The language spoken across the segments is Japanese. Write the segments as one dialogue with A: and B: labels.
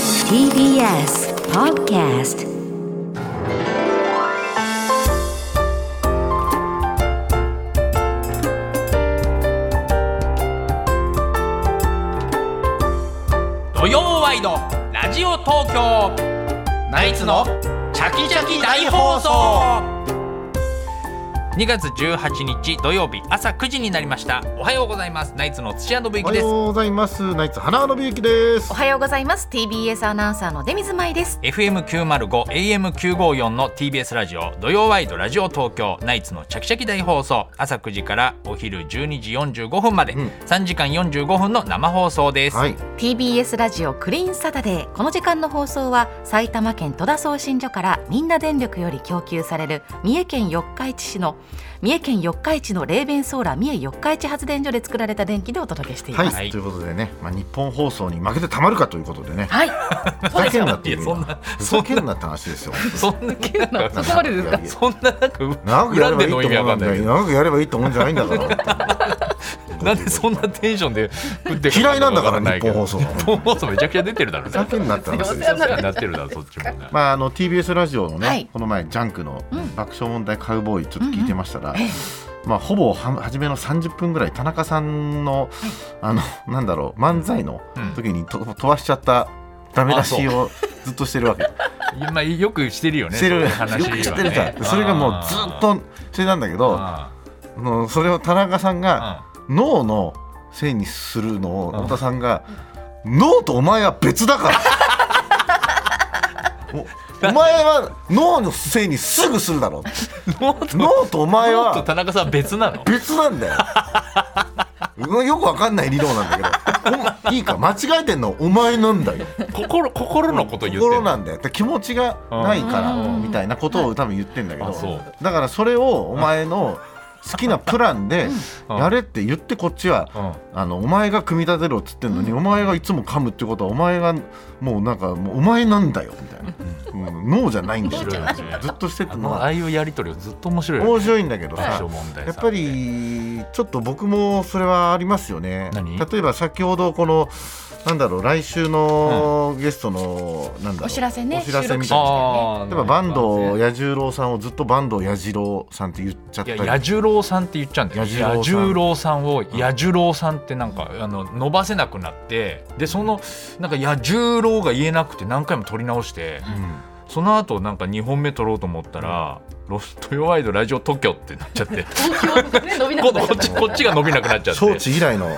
A: TBS Podcast
B: 土曜ワイドラジオ東京ナイツのチャキチャキ大放送2月18日土曜日朝9時になりましたおはようございますナイツの土屋信
C: お
B: 之
C: は
B: です
C: ようございます。ナイツ花輪信之です
D: お。はようございます TBS アナウンサーの出水舞です
B: FM905 AM954 の TBS ラジオ土曜ワイドラジオ東京ナイツのチャキチャキ大放送朝9時からお昼12時45分まで、
C: うん
B: 3時間45分の生放送です、
C: はい、
D: TBS ラジオクリーンサタデーこの時間の放送は埼玉県戸田送信所からみんな電力より供給される三重県四日市市の三重県四日市の冷弁ソーラー三重四日市発電所で作られた電気でお届けしています
C: は
B: はい
C: い、ということでね、まあ日本放送に負けてたまるかということでね。
D: はい、
C: ふざけんなっていう
B: いやそん
C: 今。
B: な
C: ふざけんなって話ですよ。
B: そんななんか
D: そこまでですか
C: いやいや
B: そんななんか
C: 長くやればいい
B: 恨んでる
C: と思うんだ
B: の意味わかんないけ
C: よ。
B: ど
C: 長くやればいいと思うんじゃないんだから。
B: なんでそんなテンションで食って
C: 嫌いなんだから
B: わいけど
C: 日本放送
B: 日本放送めちゃくちゃ出てるだろう
C: ふ ざ
B: ね
C: けんなって話です
B: さ
C: よ
B: す。がになってるだろうそっちもね
C: まあ、あの TBS ラジオのね、
D: はい
C: この前ジャンクの
D: ん
C: 爆笑問題カウボーイちょっと聞いてましたら、
D: ええ
C: まあ、ほぼは初めの30分ぐらい田中さんの,、あのなんだろう漫才の時にと、飛ばしちゃったダメ出しをずっとしてるわけ。
B: まあよくしてるよね
C: して
B: そういう
C: るよく
B: 話
C: 知っ
B: は
C: てるじゃ
B: ね
C: んそれがもうずっとしてたんだけど
B: あ
C: もうそれを田中さんが
B: あ
C: 脳のせいにするのを
B: うん
C: 太田さんが「脳とお前は別だ から」おお前は脳のせいにすぐするだろ
B: ノート
C: 脳とお前
B: ノート
C: は
B: 田中さんは別な の
C: 別なんだよ うんよくわかんない理論なんだけどおいいか間違えてんのお前なんだよ
B: 心心のこと言って
C: 心
B: る
C: なんだよで気持ちがないから
D: うん
C: みたいなことを多分言ってんだけ
B: あそ
C: ど
B: う
C: だからそれをお前の好きなプランで
B: うん
C: やれって言ってこっちはあのお前が組み立てろっつってんのにお前がいつも噛むってことはお前がもうなんかもうお前なんだよみたいなうん脳じゃないんです
B: 面
C: よ
B: 白いですね
C: ずっとして
B: あ
C: たの
B: のああ
C: は
B: いうやりとりをずっと面白いよね
C: 面白いんだけど
B: 爆
C: さ
B: 笑問題さん
C: やっぱりちょっと僕もそれはありますよね
B: 何。
C: 例えば先ほどこのなんだろう来週のゲストの、なんだろう
D: お知らせね
C: お知らせみたいな。
B: ああ
C: 例えば坂東
B: や
C: 彌十郎さんをずっと坂東彌十郎さんって言っちゃっ
B: い
C: た
B: や
C: り
B: 彌十郎さんって言っちゃうんだよ
C: 彌十郎さ
B: 彌
C: ん
B: 十郎さんを彌十郎さんってなんかあの伸ばせなくなってでそのなんか彌十郎が言えなくて何回も取り直してその後なんか2本目取ろうと思ったら「ロストヨワイドラジオ特許」ってなっちゃって
D: 伸びな
B: 今
D: く
B: 度
D: なっち
B: こ
D: ゃ
B: っ
D: っ
B: ちこ っちが伸びなくなっちゃって
C: 招致 以来の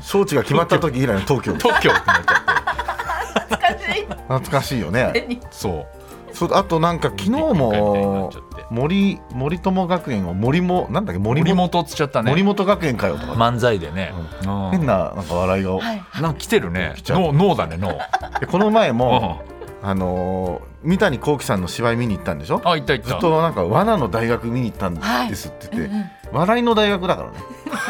C: 招致が決まった時以来の東京
B: 特許ってなっちゃって
D: た感じ
C: 懐かしいよね
B: そう
C: そあとなんか昨日も森森友学園を森もなんだっけ森
B: 森
C: も
B: 本っつっちゃったね
C: 森本学園かよとか、
B: 漫才でね、うん
C: 変ななんか笑いが、
D: はい
B: なんか来てるね
C: 来ちゃう
B: 脳脳だね脳
C: でこの前も、
B: う
C: あのー三谷幸喜さんの芝居見に行ったんでしょ
B: んあいったいった
C: ずっとなんか罠の大学見に行ったんですって言って、
D: はいうん
C: 笑いの大学だからね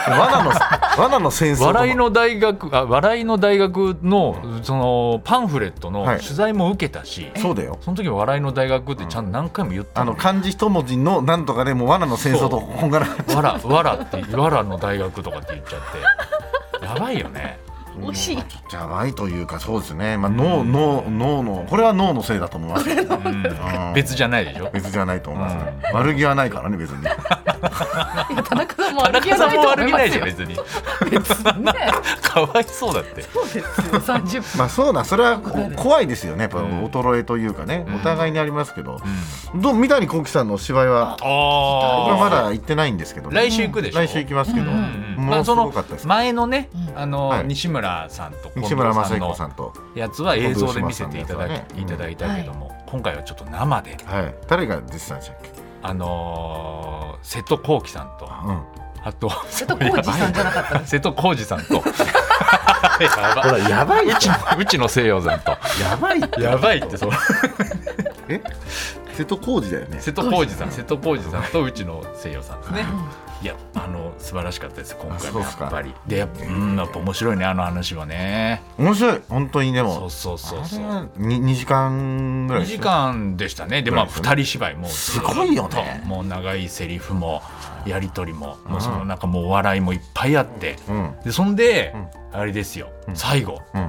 C: 罠の 罠の戦争とか
B: 笑いの大学あ笑いの大学のそのパンフレットの
C: はい
B: 取材も受けたし、
C: そうだよ
B: その時は笑いの大学ってちゃんと何回も言った
C: あ
B: の
C: の漢字一文字のなんとかでも罠の戦争とこんがらがっ
B: わらわらってわらの大学とかって言っちゃってやばいよね
C: て
D: 惜しい
C: じゃないというかそうですねまあ脳脳脳のこれは脳のせいだと思いますけど
B: うん
C: うん
B: 別じゃないでしょ
C: 別じゃないと思いますね
B: う
C: 悪気はないからね 別に
D: いや田中さんも
B: 田
D: 歩き
B: 中
D: は
B: さん
D: ない
B: も
D: と思
B: 悪
D: い
B: 気
D: ま
B: ない
D: す
B: じゃん
D: よ
B: 別に
D: 別にね
B: かわいそうだって
D: そうですよ30分
C: まあそうなそれはこ怖いですよねやっぱ衰えというかね
B: うん
C: お互いにありますけどどう三谷幸喜さんのお芝居は僕
B: あ
C: は
B: あ
C: まだ行ってないんですけどね
B: 来週行くでしょ
C: 来週行きますけど
D: うん
B: うん
C: も
B: ま
C: う
B: あ
C: す
B: そ
C: ご
B: の
C: かったです
B: 前のね
D: うん
B: あの、
C: はい
B: 西村さんと近藤
C: 西村
B: さ
C: 雅
B: ん
C: 彦
B: の
C: さんと
B: やつは映像で見せていただき、
C: 近藤志麻さんのやつはね
B: いただいたけども、今回はちょっと生で
C: はい誰が出てたんでしたっけ
B: あのー瀬戸康史さんと
C: うん
B: あと
D: 瀬戸康史さんじゃなかった
B: 瀬戸康史さんと やば
C: らやばいよ
B: うちのうちの西洋さんと
C: やばいって
B: やばいってそう
C: え瀬戸康史だよね
B: 瀬戸康史さん瀬戸康史さんとうちの西洋さんですね。いやあの素晴らしかったです今
C: あ
B: 回も
C: そうっ
B: や
C: す
B: っ
C: か
B: ぱりでやっぱうんやっぱ面白いねあの話はね
C: 面白い本当にで
B: そ
C: も
B: うそうそうそう
C: に2時間ぐらい
B: 2
C: でし
B: 時
C: ょ
B: 間でしたねでまあ
C: ぐら
B: 2人芝居もう
C: すごいよね
B: ずっともう長いセリフもやり取りももうそのなんかもうお笑いもいっぱいあって
C: うん
B: でそんであれですよ最後
C: うん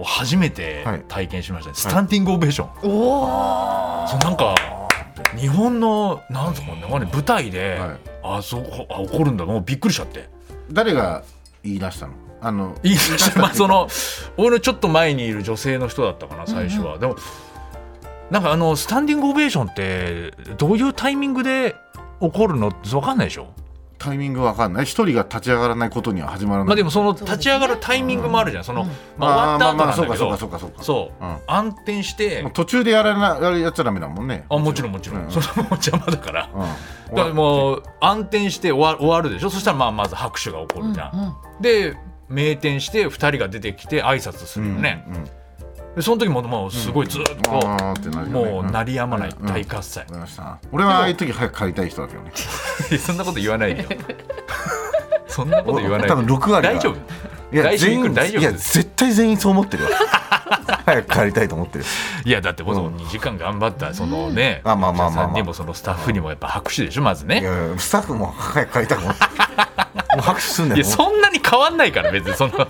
B: を初めて体験しました、スタンディングオベーション、そうなんか日本のなんすかね、まあね舞台で、
C: はい
B: あそうあ怒るんだもうびっくりしちゃって
C: 誰が言い出したのあの
B: いいです ねまあその俺のちょっと前にいる女性の人だったかな最初は、でもなんかあのスタンディングオベーションってどういうタイミングで起こるのって分かんないでしょ、
C: タイミングわかんない一人が立ち上がらないことには始まらない、
B: まあ、でもその立ち上がるタイミングもあるじゃんその、まあ、終わった後なんだけ
C: まあまあまあ
B: ど
C: そうかそうかそうか
B: そうう、
C: ん
B: 暗転して
C: もう途中でやらなやるやっちゃダメだもんね
B: あもちろんもちろん、
C: うん
B: それはもう邪魔だから。
C: うん
B: だからもう暗転して終わ終わるでしょそしたらまあまず拍手が起こるじゃん、で名店して2人が出てきて挨拶す
C: う
B: るよ
C: ん
B: ね、
C: うん
B: でその時ももうすごいずっと
C: あーってなるよね
B: もう鳴りやまない
C: うん
B: 大喝采
C: わ、かりました俺はああいう時早く帰りたい人だけどね
B: い やそんなこと言わないでよそんなこと言わないで
C: 多分6割は
B: 大丈夫
C: いや
B: 来週
C: 全
B: 行く
C: 員
B: の大丈夫
C: いや絶対全員そう思ってるよ 早く帰りたいと思ってる
B: いやだってもうその
C: うん
B: 2時間頑張ったそのね、
C: あまあまあまあまあ
B: お客さんにもそのスタッフにもやっぱ拍手でしょまず
C: い
B: ね
C: やスタッフも早く帰りたいと思ってるもう拍手すんだ
B: いや
C: よ
B: そんなに変わんないから別にその は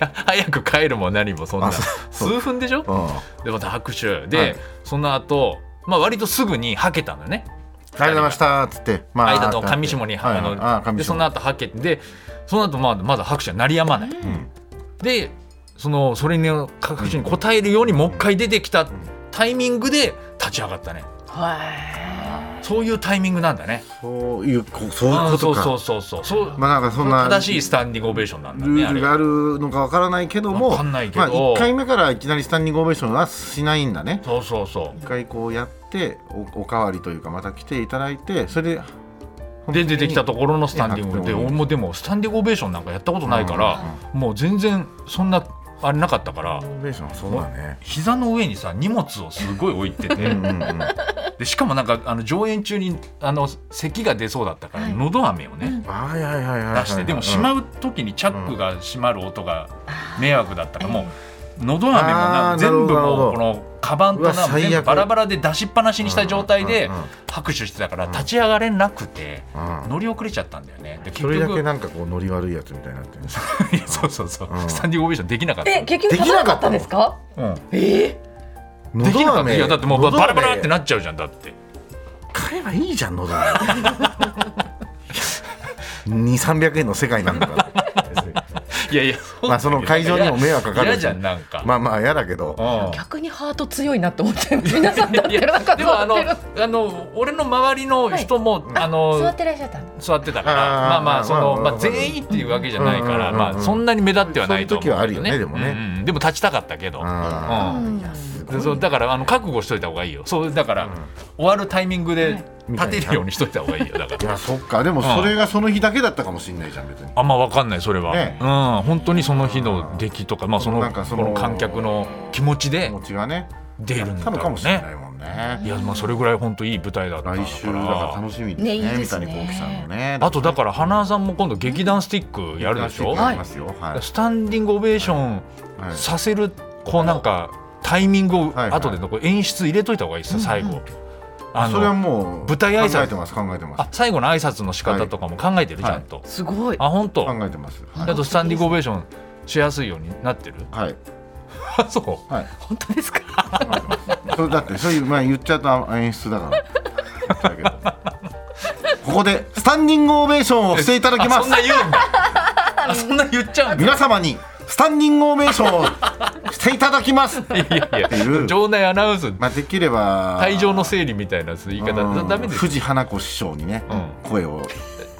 B: や早く帰るも何もそんな
C: あそうそう
B: 数分でしょ
C: うんあ
B: でまた拍手で、
C: はい
B: その後まあ割とすぐにはけたのよね
C: りがとうございましたっつって、ま
B: 間の上下に、
C: はい
B: あ
C: は
B: の
C: いあ上
B: で
C: 下
B: その後はけてでその後まあまだ拍手は鳴りやまない、
C: ん
B: でそのそれに拍手に応えるようにもう一回出てきたタイミングで立ち上がったねそういうタイミングなんだね
C: そういうこそういう
B: あ
C: こ
B: そ
C: と
B: う
C: か
B: そうそうそうそう、
C: まあなんかそんな
B: 正しいスタンディングオベーションなんだ
C: ル
B: ねあ
C: ール
B: れ
C: があるのかわからないけども
B: わかんないけど
C: まあ、1回目からいきなりスタンディングオベーションはしないんだね
B: そうそうそ
C: 一回こうやっておおかわりというかまた来ていただいてそれで
B: うで出てきたところのスタンディングで
C: うん
B: 俺もでもスタンディングオベーションなんかやったことないから、もう全然そんなあれなかったから
C: オベーションはそうだね
B: 膝の上にさ荷物をすごい置いてて、
C: うんうん うん
B: でしかもなんかあの上演中にあの咳が出そうだったから、のど飴をね、
C: はいはいはいはいはい
B: 出してでもしまう時にチャックが閉まる音が迷惑だったから、もうのど飴もな
C: あー
B: 全部
C: なる
B: も
C: ほど
B: うこのカバンと
C: うわ
B: な
C: 最悪
B: 全部バラバラで出しっぱなしにした状態で
C: うんうんうん
B: 拍手してたから立ち上がれなくて
C: うん
B: 乗り遅れちゃったんだよね。で結
C: それだけ
B: 局
C: なんかこうノリ悪いやつみたいになってる
B: そうそうそう
C: うん
B: スタンディングオベーションできなかった。
D: え結局立たなかったんですか
B: うん
D: え
B: できなかった
C: 飴
B: いやだってもうバ
C: のど飴
B: ラバラってなっちゃうじゃんだって
C: 買えばいいじゃんの ど飴二三百円の世界なんだから
B: いやいや
C: まあその会場にも迷惑かかる
B: 嫌じゃんなんか、
C: まあまあ嫌だけど
B: うん
D: 逆にハート強いなって思っちゃいます皆 さん立ってる中
B: で
D: 座
B: もあ
D: っ
B: の
D: てる
B: あの俺の周りの人も、あの
D: 座ってらっしゃったの
B: 座ってたから
C: あー
B: まあまあその、
C: まあ
B: まあ、
C: まあ
B: 全員っていうわけじゃないから、
C: うんうんうん
B: まあ、そんなに目立ってはないと思うけど、
C: そういう時はあるよねでもね
B: うんうんでも立ちたかったけど、
C: あ
B: うんでそうだからあの覚悟しといた方がいいよそうだから、終わるタイミングで立てるようにしといた方がいいよだから
C: いやそっかでもそれがその日だけだったかもしれないじゃん別に
B: あんま分かんないそれは、
C: ね
B: うん本当にその日の出来とか,、まあ、その
C: なんかその
B: この観客の気持ち
C: 気
B: で
C: 持ちがね
B: 出るんだ
C: 多分か
B: ろ
C: も
B: う
C: しれな
B: ね
C: いもんね
B: いやまあそれぐらい本当いい舞台だったんだから
C: 来週だから楽しみですね
D: ねいいです
C: 三
D: ね
C: 谷幸喜さんのね
B: あとだから花輪さんも今度劇団スティックやるでしょ、
C: やりますよはい
B: スタンディングオベーション
C: はい
B: させるこうなんかタイミングを
C: はいはい
B: 後でのこう演出入れといた方がいいですよ最後。あ
C: それは
B: の
C: もう
B: 舞台挨拶
C: 考えてます考えてま
B: あ
C: す
B: 最後の挨拶の仕方とかも考えてるち
C: はい
B: ゃんと。
D: すごい
B: あ本当。
C: 考えてますは
B: あ
C: い
B: とスタンディングオベーションしやすいようにな ってる。
C: はい
B: あそう。
C: はい
D: 本当ですか
C: 考えてますそれだってそういうまあ言っちゃうとあ演出 だからだけどここでスタンディングオベーションをしていただきま
B: あそん
C: す
B: な言 うんだ。あそんな言っちゃうんだ。
C: 皆様にスタンディングオベーションをしていただきます
B: いやい
C: てい
B: や
C: う
B: 場内アナウンス
C: まあできれば
B: 会場の整理みたいな言い方
C: うん
B: ダメですよ。
C: 藤花子師匠にね、
B: う
C: 声を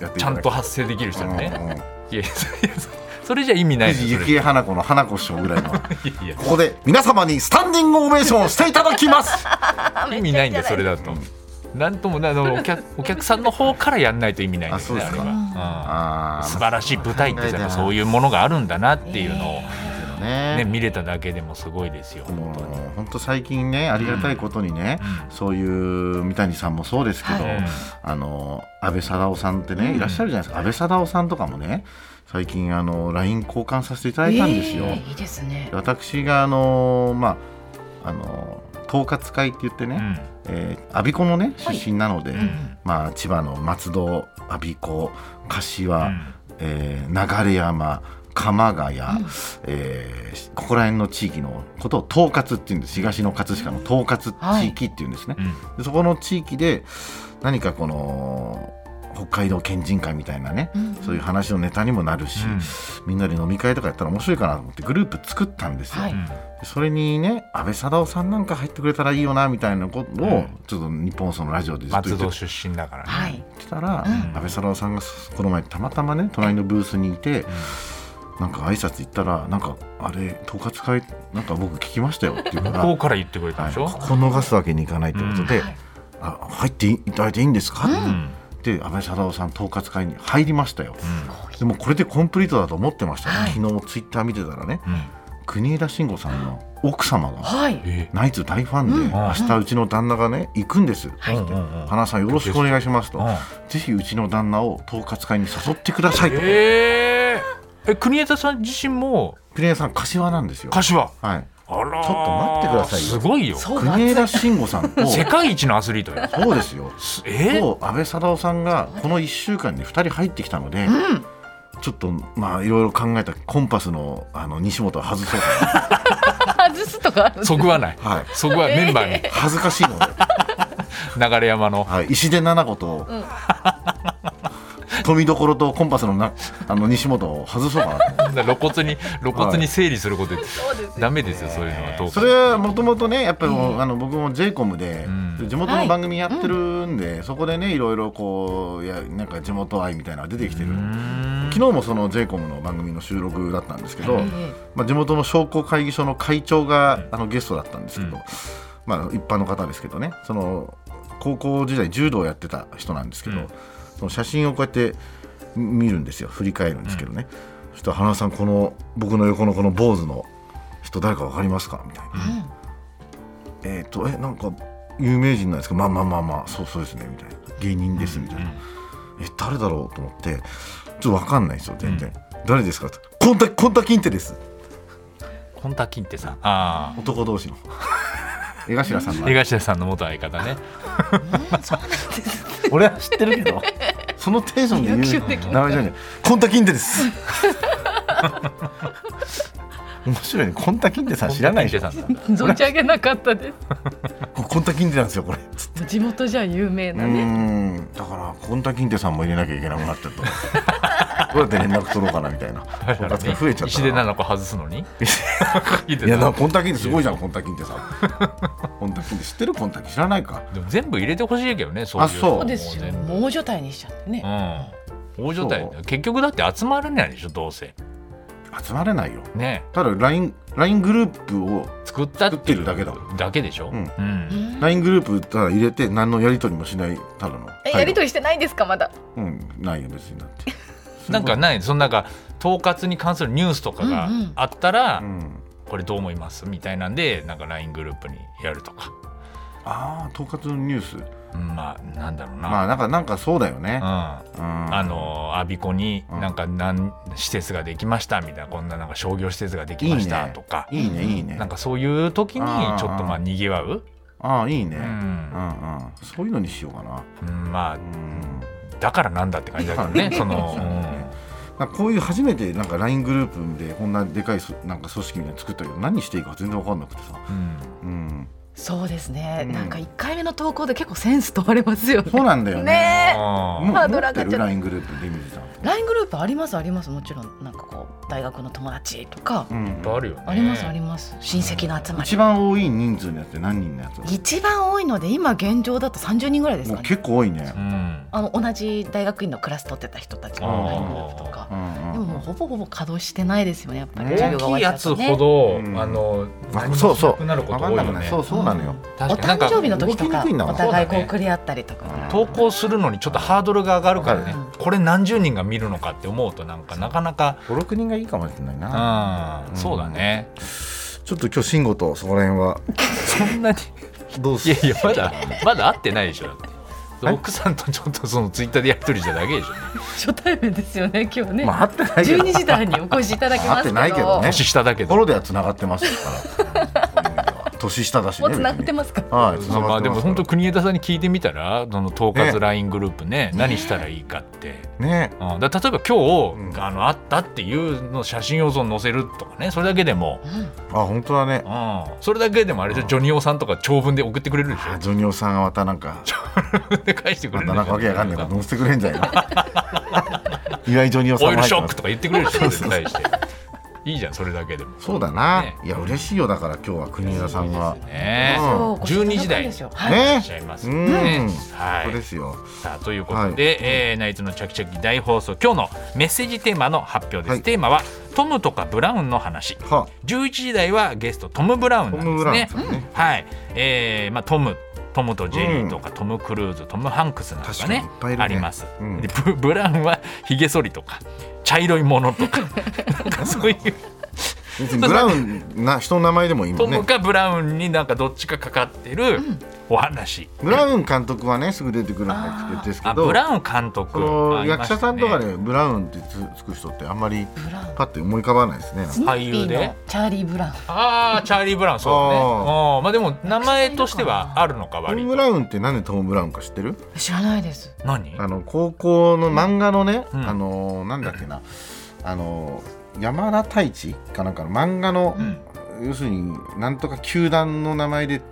C: やってい
B: ちゃ
C: ただ
B: ん
C: き
B: と発声できる人に
C: う
B: ね。
C: んうん
B: いやいやそれじゃ意味ないです
C: 藤
B: よ。それ
C: 幸恵花子の花子師匠ぐらいのこ
B: いやいや
C: こで皆様にスタンディングオベーションをしていただ きます
B: 意味ないんだよそれだと。なんともなあのお客お客さんの方からやんないと意味ないんですね
C: あ
B: あ
C: そ
B: れ
C: うですか
B: は。うん
C: あ
B: 素晴らしい舞台ってやっぱそう
C: い
B: いうものがあるんだなっていうのを、
C: う
B: ね、
C: ね
B: 見れただけでもすごいですよ。
C: もう本当最近ねありがたいことにね、そういう三谷さんもそうですけど、
B: はい
C: あの安倍貞夫さんってね、いらっしゃるじゃないですか安倍貞夫さんとかもね最近あの LINE 交換させていただいたんですよ。
D: えーいいですね
C: 私があのまああの統括会って言ってね、
B: うん
C: えー、我孫子のね
D: はい
C: 出身なので、
B: ん
C: まあ、千葉の松戸我孫子柏、
B: うん
C: えー流山鎌ヶ谷、えーここら辺の地域のことを統括っていうんです東の葛飾の統括地域っていうんですね、
B: うん
C: でそこの地域で何かこの北海道県人会みたいなね、
D: うん
C: そういう話のネタにもなるし、
B: うん
C: みんなで飲み会とかやったら面白いかなと思ってグループ作ったんですよ、
D: はい
B: うん
C: それにね安倍貞夫さんなんか入ってくれたらいいよなみたいなこと
B: う
C: を
B: ん
C: ちょっと日本そのラジオでずっと言
B: 松
C: って
B: 戸出身だからね、
D: はい
C: たら、
D: うん
C: 安倍貞夫さんがこの前たまたまね隣のブースにいて、なんか挨拶行ったらなんかあれ統括会なんか僕聞きましたよっていうか
B: 向
C: ら、
B: こ
C: は
B: う
C: い、
B: から言ってくれたんでしょ、
C: ここ逃すわけにいかないってことで、
D: うんはい
C: あ入っていただいていいんですか、
B: う
C: っ
B: ん
C: て安倍貞夫さん統括会に入りましたよ。
B: うん
C: でもこれでコンプリートだと思ってました、
D: はい
C: 昨日ツイッター見てたらね
B: うん
C: 国枝慎吾さんの奥様が
D: はい
B: え
C: ナイツ大ファンで、
D: うん
C: 明日うちの旦那がね行くんです、
B: はいうんうんうん
C: 花さんよろしくお願いしますと、
B: うん
C: ぜひうちの旦那を統括会に誘ってくださいと、
B: えー、え国枝さん自身も
C: 国枝さん柏なんですよ
B: 柏
C: はい
B: あらー
C: ちょっと待ってくださいよ
B: すごいよ
D: そうなん
C: 国
D: です
C: 枝慎吾 さんと
B: 世界一のアスリートよ
C: そうですよ
B: すえ
C: と安倍貞夫さんがこの1週間に2人入ってきたので、ちょっとまあいろいろ考えたコンパスのあの西本は外そうか
D: 外すとかあるんです
B: そぐわない
C: な、はい、
B: そぐわメンバーに
C: 恥ずかしいので、
B: 流山の
C: はい、石出七子と、富所とコンパスのなあの西本を外そうかなと思って
B: 露骨に露骨に整理することで
D: そうですよ
B: ダメですよそういうのはどう
C: そ
B: か
C: れはもともとねやっぱりもう、あの僕も j イコムで、
B: うん
C: 地元の番組やってるんで、そこでねいろいろこういやなんか地元愛みたいなのが出てきてる、
B: うーん
C: 昨日もその j イコムの番組の収録だったんですけど、
D: ええ
C: まあ、地元の商工会議所の会長が、あのゲストだったんですけど、まあ、一般の方ですけどねその高校時代柔道をやってた人なんですけど、
B: うん
C: その写真をこうやって見るんですよ振り返るんですけどね、そしたら花輪さんこの僕の横のこの坊主の人誰かわかりますかみたいな。えっ、とえなんか有名人なんですかまあまあまあまあそうそうですねみたいな芸人ですみたいな、え誰だろうと思ってちょっと分かんないですよ全然、誰ですかってコンタコンタキンテです
B: コンタキンってさあ
C: 男同士の 江頭さん
B: あ
C: の
B: 東さんの元相方ね
C: 俺は知ってるけど そのテンションで言う
D: リアクション的
C: 名前じゃないコンタキンテです 面白いねコンタキンテさん知らないでしょ
B: コンタキンってさんだ
D: 存じ上げなかったで
C: コンタキンテなんですよこれつって
D: す地元じゃ有名
C: う
D: なね
C: ーんだからコンタキンテさんも入れなきゃいけなくなっちゃ ったどうやって連絡取ろうかなみたいなコンタキン増えちゃったな
B: 石で7個外す のに聞いて
C: い
B: た
C: やなコンタキンテすごいじゃんコンタキンテさんコンタキンテ知ってるコンタキン知らないか
B: でも全部入れてほしいけどねそういう
C: あそう
D: そうですよ
B: もう
D: 猛女体にしちゃってね
B: 全部うん大所
C: そ
B: 帯結局だって集まるんないでしょどうせ
C: 集まれないよ
B: ね
C: ただ LINE, LINE グループを
B: 作ったっていう
C: 作ってるだけ
B: だけでしょ、
C: うん
B: うん
D: うん
C: LINE グループただ入れて何のやり取りもしないただの
D: えやりと
C: り
D: りしてないんですかまだ
C: うんないよ別にだって
B: なんかないそのなんか統括に関するニュースとかが
D: うんうん
B: あったら、
C: うん
B: これどう思いますみたいなんでなんか LINE グループにやるとか、
C: ああ統括のニュース
B: うんまあなんだろうな、
C: まあなんかなんかそうだよね
B: うん
C: うん
B: あのアビコになんか何施設ができましたみたいなこんななんか商業施設ができましたとか
C: いいねいいね
B: なんかそういう時に
C: あー
B: ちょっとまあにぎわう、
C: ああいいね
B: う
C: うん
B: ん
C: うんそういうのにしようかな
B: うんまあ
C: うん
B: だからなんだって感じだけど ねその、
C: なんかこういう初めてなんか LINE グループでこんなでかいそなんか組織みたいなの作ったけど何していいか全然分かんなくてさ、
B: うんうん
C: うん、
D: そうですね
C: うん
D: なんか一回目の投稿で結構センス問われますよ
C: そう
D: ね
C: なんだよね
D: ねえ
B: あー
C: もう
D: ハード
C: 持
D: ル
C: っ
D: 上が
C: て
D: っ
C: る
D: ちゃった
C: LINE グループでみるさん
D: LINE グループありますありますもちろんなんかこう大学の友達とか
C: うん
B: いっぱいあるよね
D: ありますあります親戚の集まり
C: 一番多い人数のやつって何人のやつ
D: 一番多いので今現状だと30人ぐらいです
C: も
D: か
C: う
D: ね
C: 結構多いね
B: うん
D: あの同じ大学院のクラス取ってた人たちの LINE グループとか
C: うんうん
D: でももうほぼほぼ稼働してないですよねやっぱり
C: ね
D: 授業が
B: 大きい
D: 終わ
B: や
D: っちゃ
B: つ
D: うとね
B: ほど、
C: うん
B: あの何も
C: そうそ
B: し
C: う
B: なくなること
C: 分
B: 多
C: か
B: い
C: ん
B: よ
C: なくない
B: ね
C: そうそうなのよ、
D: お
B: 確かになん
D: 誕生日の
B: か
D: 時と
C: 動きに
D: か
C: くいんだも
D: お
C: ん
D: 互い
B: そ
D: こ
B: うだね
D: う送り合ったりとかから
B: 投稿するのにちょっとハードルが上がるからね、
D: うん
B: これ何十人が見るのかって思うとなんかなかなか
C: 56人がいいかもしれないな
B: うん、
C: うん
B: そうだね
C: ちょっと今日慎吾とそこら辺は
B: そんなに
C: どう
B: い
C: す
B: や
C: る
B: いやまだまだ会ってないでしょだって奥さんとちょっとそのツイッターでやり取りしただけでしょ
D: 初対面ですよね今日ね、
C: まあ合ってないけど
D: 12時台にお越しいただきますけど
C: 会ってないけどね
B: 年下だけど
C: 心では繋がってますからうんそういう意味では年下だし
D: も
C: ね
D: うつながってますか。
C: はい繋がってます
B: まあでも本当
C: か
B: 国枝さんに聞いてみたらその統
C: ね
B: 括 LINE グループね何したらいいかって、
C: らね
B: うん、だから例えば今
C: うん
B: 日、あの会ったっていうの写真をその載せるとかねそれだけでも、
C: あ本当だね
B: うん、それだけでもあれでしょジョニオさんとか長文で送ってくれるでし
C: あ
B: ょ
C: ジョニオさんはまたなんか
B: で返してく
C: ま
B: れるで
C: た
B: しょ
C: なんかわけわかんないこと載せてくれんじゃ ないの岩井ジョニオさ
B: オ
C: んも
B: イル
C: 入ってます
B: ショックとか言ってくれるでしょ絶対していいじゃんそれだけでも
C: そうだな、
B: ね
C: いや嬉しいよだから今日は国枝さんが
B: ね
C: うん
D: そうご紹介
B: 12
D: いた
B: 時台
D: だいたんですよはい
B: いらっ
C: ね
B: しゃいます
C: う
B: ね
C: ん、
B: は
C: そうで
B: い
C: すよ
B: さあということで、えーナイツのチャキチャキ大放送今日のメッセージテーマの発表です、
C: はい
B: テーマはトムとかブラウンの話
C: は
B: 11時台はゲストトム・ブラウンなん
C: トム
B: です
C: ブラウン
B: ね
C: さんね。
B: はい、えーまあトムトムとジェリーとか、トム・クルーズトム・ハンクスなんか
C: 確かにい
B: ね
C: っぱいいるね
B: あります、
C: うん
B: でブブラウンはひげ剃りとか茶色いもの とかなんかそういう
C: 別にブラウン な人の名前でもいいも
B: ト
C: んね
B: ムかブラウンになんかどっちかかかってるお話、
C: ブラウン監督はねすぐ出てくるんだけですけ
B: あ
C: ど
B: ブラウン監督
C: その
B: ありま
C: 役
B: した
C: 者
B: ね
C: さんとかでブラウンってつつく人ってあんまりパッて思い浮かばないですね
D: スニッピ
B: 俳優
D: ー
B: で
D: のチャーリー・ブラウン。
B: ああチャーリー・ブラウンそうね
C: あ
B: うんまあでも名前としてはあるのか
C: ト
B: 割
C: ム・
B: と
C: ブラウンってなんでトム・ブラウンか知ってる
D: 知らないです。
B: 何
C: あの高校の漫画のね、
B: うん
C: あのーなんだっけな、あのー山田太一かなんかの漫画の、要するになんとか球団の名前で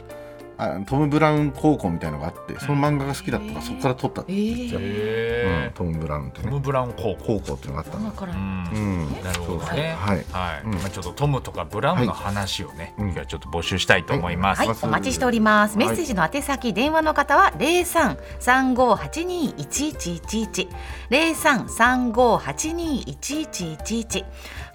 C: あトム・ブラウン高校みたいのがあってその漫画が好きだったから、そこから撮ったって言っちゃう、
B: へ
C: うん、トム・ブラウンっ
B: ー
C: て
B: ト
C: ね
B: ム・ブラウン高校
C: 高校っていうのがあった
D: 今
C: の、
D: から。
B: うん
C: うん、
B: なるほどね。
C: そうはい
B: はい。
C: うん
B: まあちょっとトムとかブラウンの話をね、
C: うん
B: 今日はちょっと募集したいと思います。
D: はい、お待ちしております。
C: は
D: メ
C: い
D: ッセージの宛先、電話の方は零三三五八二一一一一零三三五八二一一一一。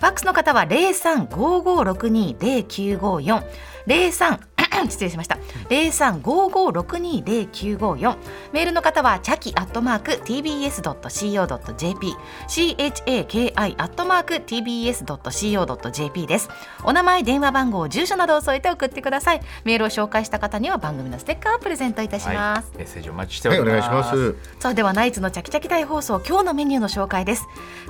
D: ファックスの方は零三五五六二零九五四零三 失礼しました。零三五五六二零九五四。メールの方はチャキアットマーク TBS ドット CO ドット JP、CHAKI アットマーク TBS ドット CO ドット JP です。お名前、電話番号、住所などを添えて送ってください。メールを紹介した方には番組のステッカーをプレゼントいたし
B: は
D: ます。
B: い。メッセージお待ちしてお
C: はい
B: り
C: お願
B: ま
C: いし
B: す。
C: ます
D: さあではナイツのチャキチャキ大放送今日のメニューの紹介です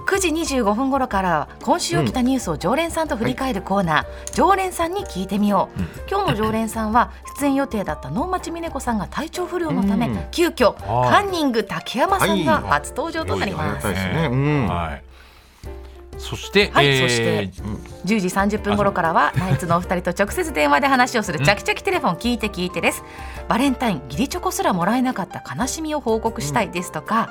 D: 9時25分頃からは今週起きたニュースを常連さんと振り返るコーナー、常連さんに聞いてみよう、今日の常連さんは出演予定だった能町みね子さんが体調不良のため、
C: うん
D: 急遽
B: あー
D: カンニング竹山さんが
C: はい
D: 初登場となり
C: ありが
D: ます、
C: たいですね、うん
B: はい。そして、
D: はい
B: えー
D: そ して10時30分頃からはナイツのお二人と直接電話で話をするチャキチャキテレフォン聞いて聞いてですバレンタイン義理チョコすらもらえなかった悲しみを報告したいですとか、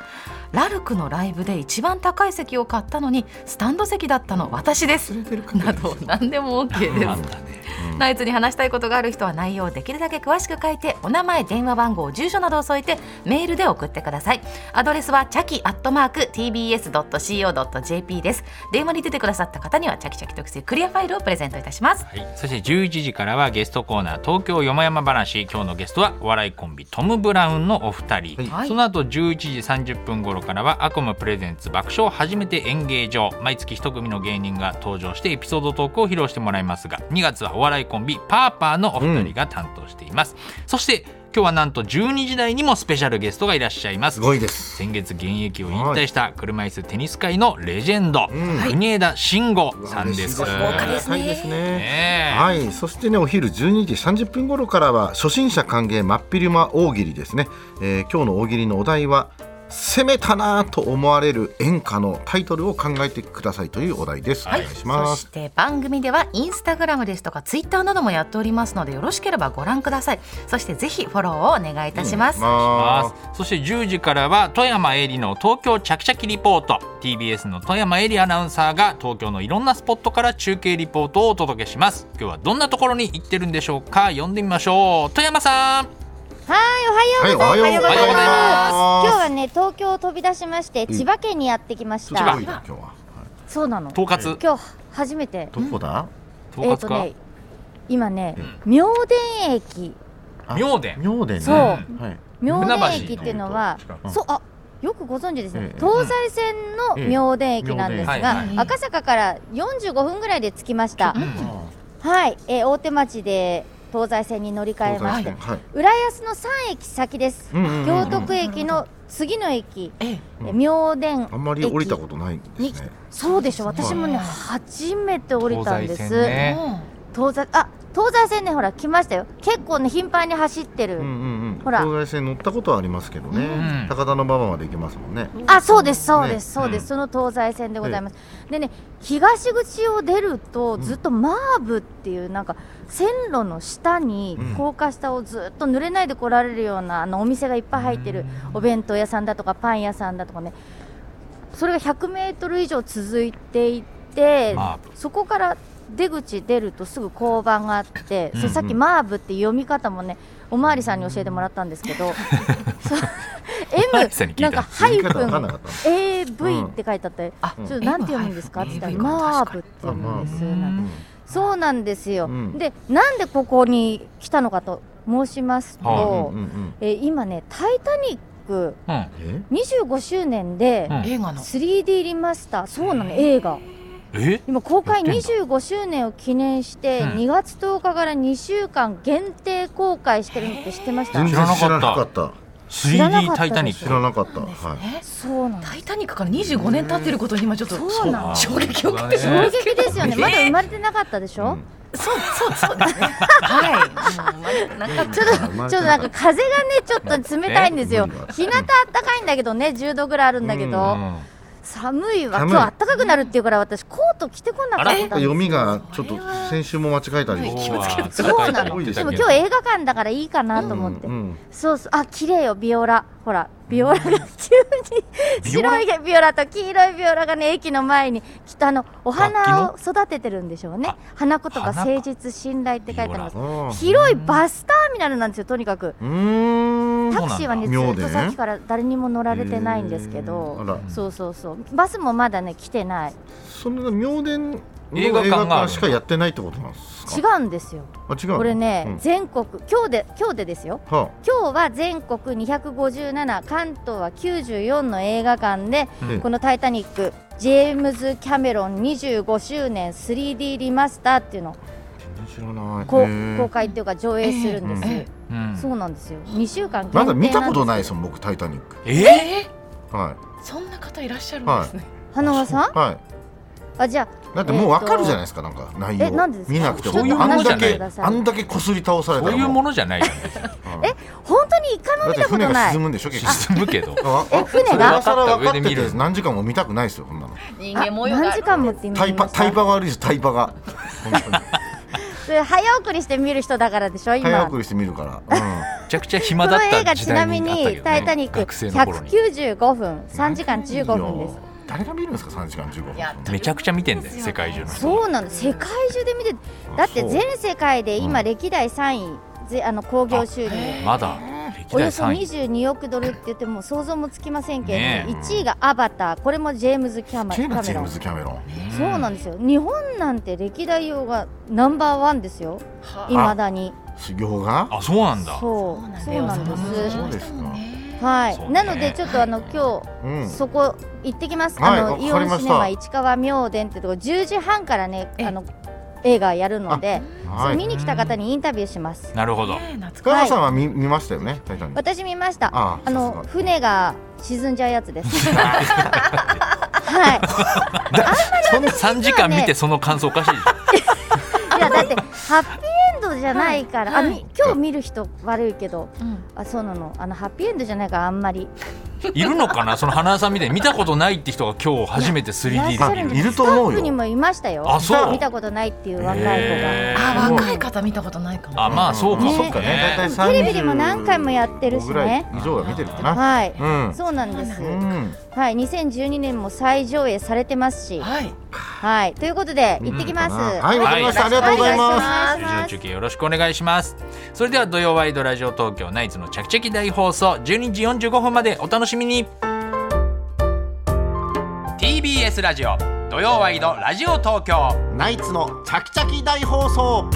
D: ラルクのライブで一番高い席を買ったのにスタンド席だったの私です
C: 忘れてるか
D: など何でも OK です
B: あったね。
D: ナイツに話したいことがある人は内容をできるだけ詳しく書いてお名前電話番号住所などを添えてメールで送ってくださいアドレスはチャキアットマーク TBS.CO.jp です電話に出てくださった方にはチャキチャキ特製クリアファイルをプレゼントいたします
B: はい。そして11時からはゲストコーナー東京よもやま話。今日のゲストはお笑いコンビトムブラウンのお二人。
D: はい
B: その後11時30分頃からはアコムプレゼンツ爆笑初めて演芸場毎月一組の芸人が登場してエピソードトークを披露してもらいますが2月はお笑いコンビパーパーのお二人が担当しています、そして今日はなんと12時台にもスペシャルゲストがいらっしゃいますす
C: ごいです
B: 先月現役を引退した車椅子テニス界のレジェンド、
C: ん
B: 国枝慎吾さんです。
C: 嬉しい
D: 豪華ですね
C: ありがたいですね
B: ねえ
C: はい、そしてねお昼12時30分頃からは初心者歓迎真っ昼間大喜利ですね、えー今日の大喜利のお題は攻めたなぁと思われる演歌のタイトルを考えてくださいというお題です、
B: はい
C: お願いし
D: そ
C: ま
D: し
C: す
D: て番組ではインスタグラムですとかツイッターなどもやっておりますのでよろしければご覧くださいそしてぜひフォローをお願いいたします、
C: ま
B: そして10時からは富山えりの東京ちゃきちゃきリポート TBS の富山えりアナウンサーが東京のいろんなスポットから中継リポートをお届けします今日はどんなところに行ってるんでしょうか呼んでみましょう富山さん
C: はいお
E: おは
C: はよ
E: よ
C: う
E: う
C: ございます
E: ございます。今日
C: は
E: はね、東京を飛び出しまして、千葉県にやってきまし
C: す
E: た
C: ごい。な今日は
E: そうなの。
B: 統括
E: 今日初めて。
C: どこだ
B: 統
E: えっ
B: 括
E: と
B: か、
E: ね、今ね、明殿駅。
C: あ
B: 妙殿
C: 妙殿ね
E: そう
C: はい
E: 明殿駅っていうのは
B: 船橋の方と、
C: 近く
E: そう、あ、よくご存知ですね。
C: ええ
E: 東西線の明殿駅なんです
B: ええ明殿
E: が
B: はい
D: は、い
E: 赤坂から45分ぐらいで着きました
D: う。
E: はい、えー大手町で東西線に乗り換えまして、
C: はい
E: 浦安の3駅先です。
C: うんうんうん
E: 行徳駅の次の駅、
D: ええ
C: うん
E: えー明殿駅。
C: あんまり降りたことないんですね
E: そうでしょ
D: そう
E: 私もね、初めて降りたんです
B: 東西線ね
D: うん
E: 東西あ東西線ねほら来ましたよ結構ね頻繁に走って
C: う
E: る、
C: んうんうん、
E: ほら
C: 東西線乗ったことはありますけどね、
B: うん
C: 高田馬場まで行けますもんね、
E: あそうですそうです、
B: ね
E: そうです、その東西線でございます、でね東口を出ると
C: ん
E: ずっとマーブっていうなんか線路の下に
C: うん
E: 高架下をずっと濡れないで来られるようなあのお店がいっぱい入ってるお弁当屋さんだとかパン屋さんだとかねそれが100メートル以上続いていて
B: マー
E: そこから出口出るとすぐ交番があって、
B: うん
E: それさっきマーブって読み方もねおまわりさんに教えてもらったんですけどそう
B: まわりさんに聞
E: M ない
B: た
E: んかハイ
C: 言い
E: プ
C: 方分かんな
E: ン
C: かった
E: AV って書いてあって、
D: あ
E: ちょっとなんて読むんですかって言ったら、
D: うん
E: マーブって読むんです
D: うん
E: なんてそうなんですよ、
C: うん
E: でなんでここに来たのかと申しますと、
B: は
C: う
B: い
C: んうんうん
E: えー今ね「タイタニック
B: うん」
C: え
E: 25周年で
B: うん
D: 映画の
E: 3D リマスターそうなの映画
B: え
E: 今公開
B: やって
E: 25周年を記念して
B: うん
E: 2月10日から2週間限定公開してるのって知ってました
C: 全然知らなかった
E: 知らなか
B: 3D
E: った
B: タイタニ
E: で
B: ッ
C: 知
B: ク
C: らなかったはい
D: え
E: そうなの
D: タイタニックから25年経ってることに今ちょっと
E: そうなの
B: そう
D: 衝撃を受けてしま
E: 衝
D: うんですけ
E: 撃
D: ど
E: ですよねまだ生まれてなかったでしょ、
C: うん
D: そうそうそう ですね。はい。もう生まれなかっ
E: ちょっと、ちょっとなんか風がね、ちょっと冷たいんですよ
C: ね。
E: 日向あったかいんだけどね、10度ぐらいあるんだけ
B: う
E: ど、
B: ん
E: 寒いわ。
C: 寒い
E: 今日あったかくなるっていうから、私コート着てこなかったんですよ。
C: 読みがちょっと先週も間違えたり
D: は
C: し
D: い
C: て
D: 気をつけて
E: そう
C: 多
E: なの。
C: いです
E: で
C: よ
E: も
C: ね
E: 今日映画館だからいいかなと思って
C: う。ん
E: そうそう、あ、綺麗よ、ビオラ。ほら、ビオラが急に、
B: ビオラ
E: 白いビオラと黄色いビオラがね、駅の前に来たあの、お花を
B: 楽
E: 育ててるんでしょうね
B: あ。
E: 花言葉、
B: 花
E: 誠実、信頼って書いてありま
B: ビ
E: す
C: う。んあー
E: 広いバスターミナルなんですよ、とにかく。
C: うーん
E: タクシーはね、
C: そ
E: ず
C: うなんだ
E: っとさっきから誰にも乗られてないんですけ
C: え
E: ど、
C: ーあら
E: そうそうそう、バスもまだね、来てない、
C: そんな妙伝の映
B: 映
C: 画
B: 画館がある
C: 館しかやってないってことなんですか
E: 違うんですよ、
C: あ違うの
E: これね、
C: うん
E: 全国、今日で、今日でですよ、
C: は
E: 今日は全国257、関東は94の映画館で、
C: あえ
E: この「タイタニック」、ジェームズ・キャメロン25周年 3D リマスターっていうのを
C: 知らない
E: こ
C: へ
E: う
C: ー
E: 公開っていうか、上映するんです、
D: ええ
B: うん
E: そうなんですよ、2週間限定
C: ま
E: な
C: だ
E: ん
C: 見たことない
E: で
C: ですすもん僕タイタニック
D: ど。
B: え
D: え
C: はい
D: ー、そんな方いらっしゃるんですね。
E: 花輪さん
C: はい
E: あじゃあ
C: だってもうわかるじゃないですか、なんか内容
E: えなんでですか
C: 見なくても
B: そういうも
C: あ
B: の
C: ん
B: じ
C: だ
B: ゃない
C: けあんだけこすり倒された
B: そ
C: ら
B: ういうも
C: の
B: のじゃないよね
C: え
E: 本当に一回も
C: だっ
E: 見
C: て
E: たこと
C: 船が
E: ない
C: 沈むんでしょ結局
B: 進むけど
E: え船が
C: それはさら分かっ
B: 分か
C: て
B: った上で見
C: て
B: る
C: 何時間も見たくないですよこん なの
D: 人
E: あ
D: 間模様があ
E: 何時
D: る。
E: 間もって今
C: タ
E: 言い
C: イ
E: ま
C: パ
E: した
C: タイパが悪いですタイパが本当に
E: それ早送りして見る人だからでしょ今
C: 早送りして見るから、
B: めちゃくちゃ
E: こ
B: 暇だ
E: の
B: っ
E: 映
B: た
E: 画
B: 時
E: ちな
B: 代
E: み
B: にあったけど、
E: に
B: ね、
E: 「タイタニック」
B: 学生の頃に
E: 195分
C: うん、
E: 3時間15分です
C: いや誰が見るんですか3時間15分
D: いや
B: めちゃくちゃ見てんだよ世界中の人
E: そうなの世界中で見てだって全世界で今歴代3位ぜあの興行収入
B: まだ歴
E: お
B: 代
E: よそ
B: 3位
E: 22億ドルって言っても想像もつきませんけれども
B: ね
E: 1位が「アバター」これもジェームズ・キャマ
C: キェ
E: キャ
C: ナ・
E: メ
C: ジェー
E: ロ
C: ム
E: ン
C: ズ・キャメロン
E: そうなんですよ日本なんて歴代用がナンバーワンですよ
D: はい
E: まだに
C: 修行が
B: あそうなんだ
E: そうそうなんで
C: そうですすか
E: は
B: そう
E: い
B: ね
E: なのでちょっとあの今日
C: うん
E: そこ行ってきます。
C: はい
E: あ
C: わか
E: の
C: り
E: イオン
C: ま
E: シ
C: し
E: ネ
C: た
E: マ市川明殿ってとこ10時半からね
D: え
E: あの映画やるので、そ
C: は
E: れ
C: い
E: 見に来た方にインタビューします。
B: なるほ ど
D: ねえ懐か
C: 深川さんは見見ましたよねタイタニック
E: 私見ました。
C: あ
E: あ
C: あさ
E: の
C: すが
E: 船が沈んじゃうや つです。は
B: そんな3時間見てその感想おかしいでし
E: い。いやだってハッピーエンドじゃないから、
D: はい
E: あ
D: はい
E: み今日見る人悪いけど、
D: しいうん
E: あそうなのあのハッピーエンドじゃないからあんまり。
B: ょいるのかなその花屋さんみたいに見たことないって人が今日初めて
E: いらっし
B: 3D
E: ゃる
B: で
E: ん
B: 見る
E: です
C: いると思
E: ス
C: う
E: タッフに
C: よ
E: もいましたよ。
B: あそう
E: 見たことないっていう若い子が。
B: へー
D: あ若い方見たことないかも。
B: あまあそうか
E: ね
B: そうかね
C: 大体
E: テレビでも何回もやってるし
C: 35
E: ね
C: ぐらい以上は見てるかな
E: はい。
C: うん
E: そうなんです。
C: うん
E: はい、2012年も再上映されてますし、
D: はい。
E: はい、ということで行ってきます。
C: はいわかりました
B: は
C: あ
B: い
C: りがとうございます
E: はいお願
B: 以上
E: いします
B: 中継よろしくお願いしますそれでは土曜ワイドラジオ東京ナイツのチャキチャキ大放送12時45分までお楽しみに TBS ラジオ土曜ワイドラジオ東京
C: ナイツのチャキチャキ大放送